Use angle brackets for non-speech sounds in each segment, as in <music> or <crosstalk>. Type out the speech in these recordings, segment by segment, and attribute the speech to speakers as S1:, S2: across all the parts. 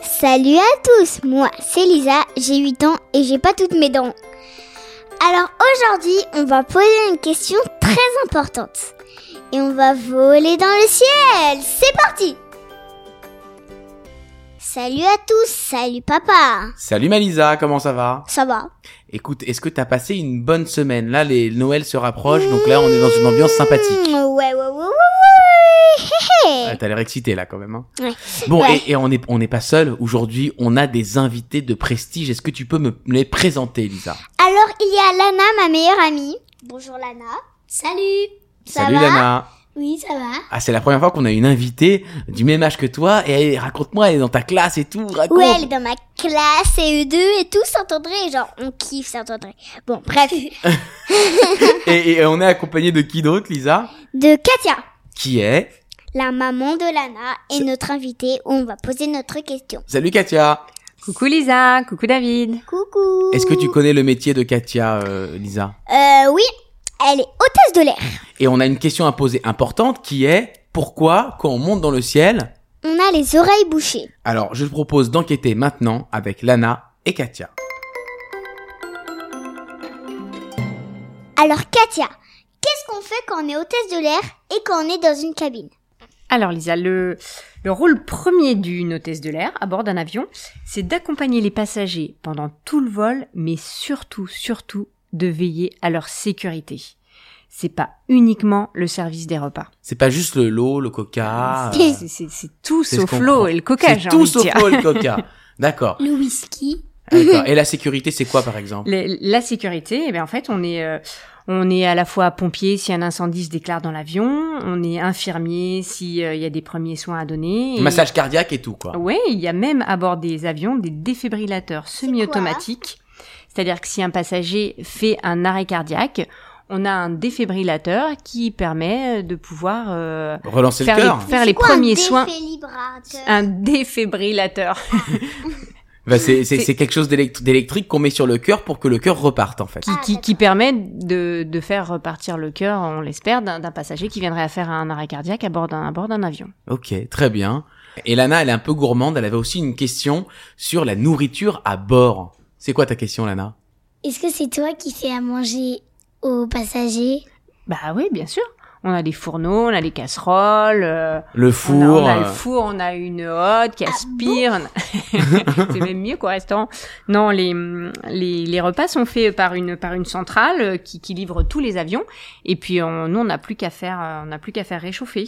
S1: Salut à tous, moi c'est Lisa, j'ai 8 ans et j'ai pas toutes mes dents. Alors aujourd'hui, on va poser une question très importante. Et on va voler dans le ciel. C'est parti Salut à tous, salut papa.
S2: Salut Malisa, comment ça va
S1: Ça va
S2: Écoute, est-ce que t'as passé une bonne semaine Là, les Noël se rapprochent, donc là, on est dans une ambiance sympathique.
S1: Hmm, Ouais, ouais, ouais, ouais, ouais. Hé, hé.
S2: Ah, T'as l'air excité là, quand même. hein.
S1: Ouais.
S2: Bon,
S1: Ouais.
S2: et, et on n'est on n'est pas seul. Aujourd'hui, on a des invités de prestige. Est-ce que tu peux me me les présenter, Lisa
S1: Alors il y a Lana, ma meilleure amie. Bonjour Lana. Salut. Ça
S2: Salut
S1: va
S2: Lana.
S1: Oui, ça va.
S2: Ah, c'est la première fois qu'on a une invitée du même âge que toi. Et elle- raconte-moi, elle est dans ta classe et tout. Raconte.
S1: Ouais, elle est dans ma classe CE2 et tout Saint-André, genre on kiffe Saint-André. Bon,
S3: <laughs>
S1: bref,
S2: Et, et on est accompagné de qui d'autre, Lisa
S1: de Katia,
S2: Qui est
S1: la maman de Lana est notre invitée où on va poser notre question.
S2: Salut Katia.
S3: Coucou Lisa, coucou David.
S1: Coucou.
S2: Est-ce que tu connais le métier de Katia, euh, Lisa
S1: Euh oui, elle est hôtesse de l'air.
S2: Et on a une question à poser importante qui est pourquoi quand on monte dans le ciel
S1: On a les oreilles bouchées.
S2: Alors je te propose d'enquêter maintenant avec Lana et Katia.
S1: Alors Katia, qu'est-ce qu'on fait quand on est hôtesse de l'air et quand on est dans une cabine
S3: Alors Lisa, le, le rôle premier d'une hôtesse de l'air à bord d'un avion, c'est d'accompagner les passagers pendant tout le vol, mais surtout, surtout, de veiller à leur sécurité. C'est pas uniquement le service des repas.
S2: C'est pas juste le lot, le coca. euh,
S3: C'est- c'est- C'est c'est tout
S2: c'est ce
S3: sauf
S2: qu'on prend.
S3: l'eau et le coca,
S2: C'est
S3: j'ai
S2: tout
S3: envie de
S2: sauf
S3: dire. <laughs>
S2: l'eau, le coca. D'accord.
S1: Le whisky.
S2: d'accord. Et la sécurité, c'est quoi par exemple
S3: Le- la sécurité, eh bien, en fait, on est, euh, on est à la fois pompier si un incendie se déclare dans l'avion, on est infirmier si euh, il y a des premiers soins à donner. et-
S2: Massage cardiaque et tout quoi.
S3: Oui, il y a même à bord des avions des défibrillateurs semi-automatiques. C'est-à-dire que si un passager fait un arrêt cardiaque, on a un défibrillateur qui permet de pouvoir euh,
S2: Relancer
S3: faire
S2: le cœur.
S3: les, faire les premiers soins.
S1: Un...
S3: <laughs> Un défibrillateur.
S2: Bah, c'est, c'est,
S3: c'est-
S2: c'est quelque chose d'élect- d'électrique qu'on met sur le cœur pour que le cœur reparte en fait.
S3: qui,
S1: Ah,
S3: qui,
S1: d'accord.
S3: qui permet de, de faire repartir le cœur, on l'espère, d'un d'un passager qui viendrait à faire un arrêt cardiaque à bord d'un à bord d'un avion.
S2: Ok, très bien. Et Lana, elle est un peu gourmande. Elle avait aussi une question sur la nourriture à bord. C'est quoi ta question, Lana
S1: Est-ce que c'est toi qui fais à manger aux passagers
S3: Bah oui, bien sûr. On a des fourneaux, on a des casseroles, euh,
S2: Le
S3: on,
S2: four.
S3: a, on a le
S2: euh, Ah
S3: four, on a une hotte qui aspire. <laughs> C'est même mieux qu'au restaurant. Non, les, les, les repas sont faits par une, par une centrale euh, qui, qui livre tous les avions. Et puis, on, nous, on n'a plus qu'à faire, euh, on n'a plus qu'à faire réchauffer.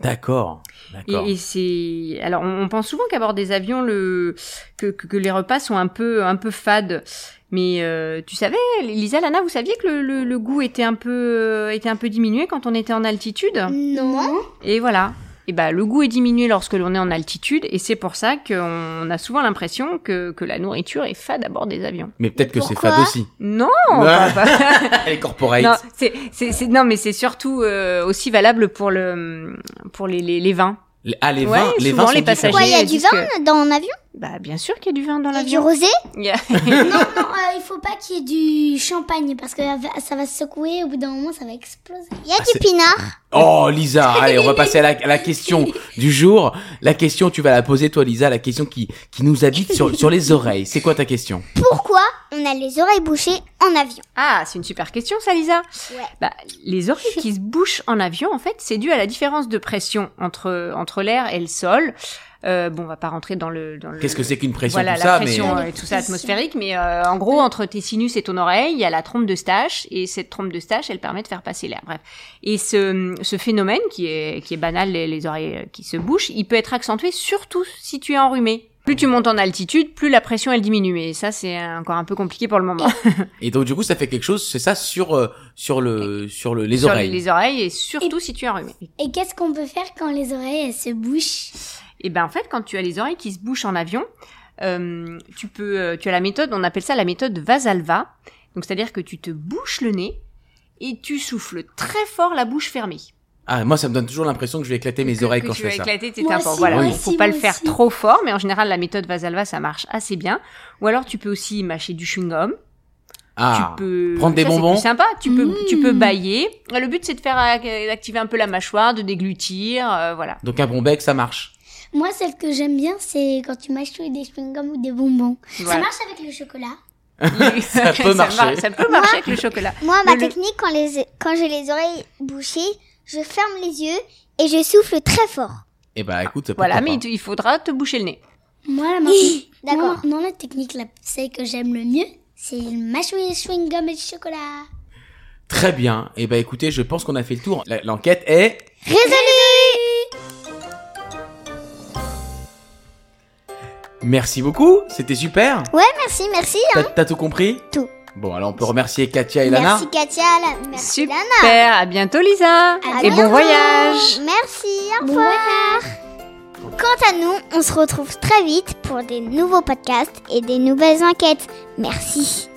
S2: D'accord.
S3: Et,
S2: D'accord.
S3: et c'est alors on, on pense souvent qu'à bord des avions le que, que, que les repas sont un peu un peu fades. Mais euh, tu savais, Lisa, Lana, vous saviez que le, le, le goût était un peu euh, était un peu diminué quand on était en altitude.
S1: Non.
S3: Et voilà. Et bah le goût est diminué lorsque l'on est en altitude et c'est pour ça qu'on a souvent l'impression que, que la nourriture est fade à bord des avions.
S2: Mais peut-être que c'est
S1: Pourquoi
S2: fade
S3: <laughs>
S2: aussi.
S3: Non,
S2: Ouais.
S3: pas-
S2: <laughs>
S3: pas-
S2: Elle est corporate.
S3: non, c'est, c'est, c'est- non, mais c'est surtout euh, aussi valable pour le pour les, les, les vins.
S2: Les- Ah, les
S3: Ouais,
S2: vins, les
S3: souvent,
S2: vins sont
S3: les
S2: différents. <laughs>
S1: Quoi, il y a
S3: Ils
S1: du
S3: disent
S1: vin dans l'avion
S3: Bah bien sûr qu'il y a du vin dans
S1: Il y a du
S3: l'avion.
S1: rosé
S3: Il y a-
S1: Non, non, euh, il faut pas qu'il y ait du champagne parce que ça va se secouer, au bout d'un moment ça va exploser. Il y a
S2: Ah,
S1: du
S2: c'est-
S1: pinard.
S2: Oh, Lisa, allez, on va passer à la, à la question du jour. La question, tu vas la poser, toi, Lisa, la question qui, qui nous habite sur, sur les oreilles. C'est quoi ta question
S1: Pourquoi on a les oreilles bouchées en avion
S3: Ah, c'est une super question, ça, Lisa.
S1: Ouais.
S3: Bah, les oreilles qui se bouchent en avion, en fait, c'est dû à la différence de pression entre, entre l'air et le sol. Euh, bon, on va pas rentrer dans le. Dans le
S2: Qu'est-ce que c'est qu'une pression
S3: Voilà,
S2: tout
S3: la
S2: ça
S3: pression
S2: mais...
S3: euh, et tout ça atmosphérique, mais euh, en gros, entre tes sinus et ton oreille, il y a la trompe de Stache, et cette trompe de Stache, elle permet de faire passer l'air. Bref. Et ce, ce phénomène, qui est, qui est banal, les, les oreilles euh, qui se bouchent, il peut être accentué surtout si tu es enrhumé. Plus tu montes en altitude, plus la pression, elle diminue. Et ça, c'est encore un peu compliqué pour le moment.
S2: Et donc, du coup, ça fait quelque chose, c'est ça, sur, euh, sur, le, sur le, les
S3: <laughs> Sur
S2: oreilles.
S3: les oreilles et surtout si tu es enrhumé.
S1: Et qu'est-ce qu'on peut faire quand les oreilles elles se bouchent
S3: Et ben en fait, quand tu as les oreilles qui se bouchent en avion, euh, tu peux, euh, tu as la méthode, on appelle ça la méthode Vasalva. Donc c'est-à-dire que tu te bouches le nez et tu souffles très fort la bouche fermée.
S2: Ah, moi, ça me donne toujours l'impression que je vais éclater mes
S3: Que-
S2: oreilles
S3: que
S2: quand
S3: tu
S2: je fais
S3: vas
S2: ça.
S3: éclater tes
S1: Moi
S3: tympans.
S1: aussi,
S3: Voilà,
S2: moi
S3: il
S1: aussi,
S3: faut pas
S1: moi
S3: le faire
S1: aussi.
S3: trop fort, mais en général la méthode Vasalva ça marche assez bien. Ou alors tu peux aussi mâcher du chewing-gum.
S2: Ah,
S3: tu peux
S2: prendre des
S3: ça, c'est
S2: bonbons.
S3: plus sympa. Tu peux, tu
S1: Mm.
S3: peux bailler. Le but c'est de faire euh, activer un peu la mâchoire, de déglutir, euh, voilà.
S2: donc un bon bec, ça marche.
S1: Moi, celle que j'aime bien, c'est quand tu mâchouilles des chewing-gums ou des bonbons. Ça
S3: Voilà.
S1: marche avec le chocolat.
S2: Ça peut
S3: mar-
S2: marcher.
S3: <laughs> ça peut marcher avec le chocolat.
S1: Moi, ma
S3: Le- le-
S1: technique, quand, les, quand j'ai les oreilles bouchées, je ferme les yeux et je souffle très fort.
S2: Eh ben, écoute, pourquoi
S3: Voilà, mais
S2: pas.
S3: il te- il faudra te boucher le nez.
S4: Moi, la
S1: D'accord.
S4: D'accord. Non, la technique, la, celle que j'aime le mieux, c'est le mâchouiller chewing-gum et le chocolat.
S2: Très bien. Eh ben, écoutez, je pense qu'on a fait le tour. La- L'enquête est Merci beaucoup. C'était super.
S1: Ouais, merci, merci. hein.
S2: T'as- T'as tout compris
S1: Tout.
S2: Bon, alors on peut remercier Katia et Lana.
S1: Merci Katia, la- merci
S3: Super,
S1: Lana.
S3: à bientôt Lisa
S1: Ah. À
S3: et bon
S1: bientôt.
S3: voyage.
S1: Merci, au revoir. Quant à nous, on se retrouve très vite pour des nouveaux podcasts et des nouvelles enquêtes. Merci.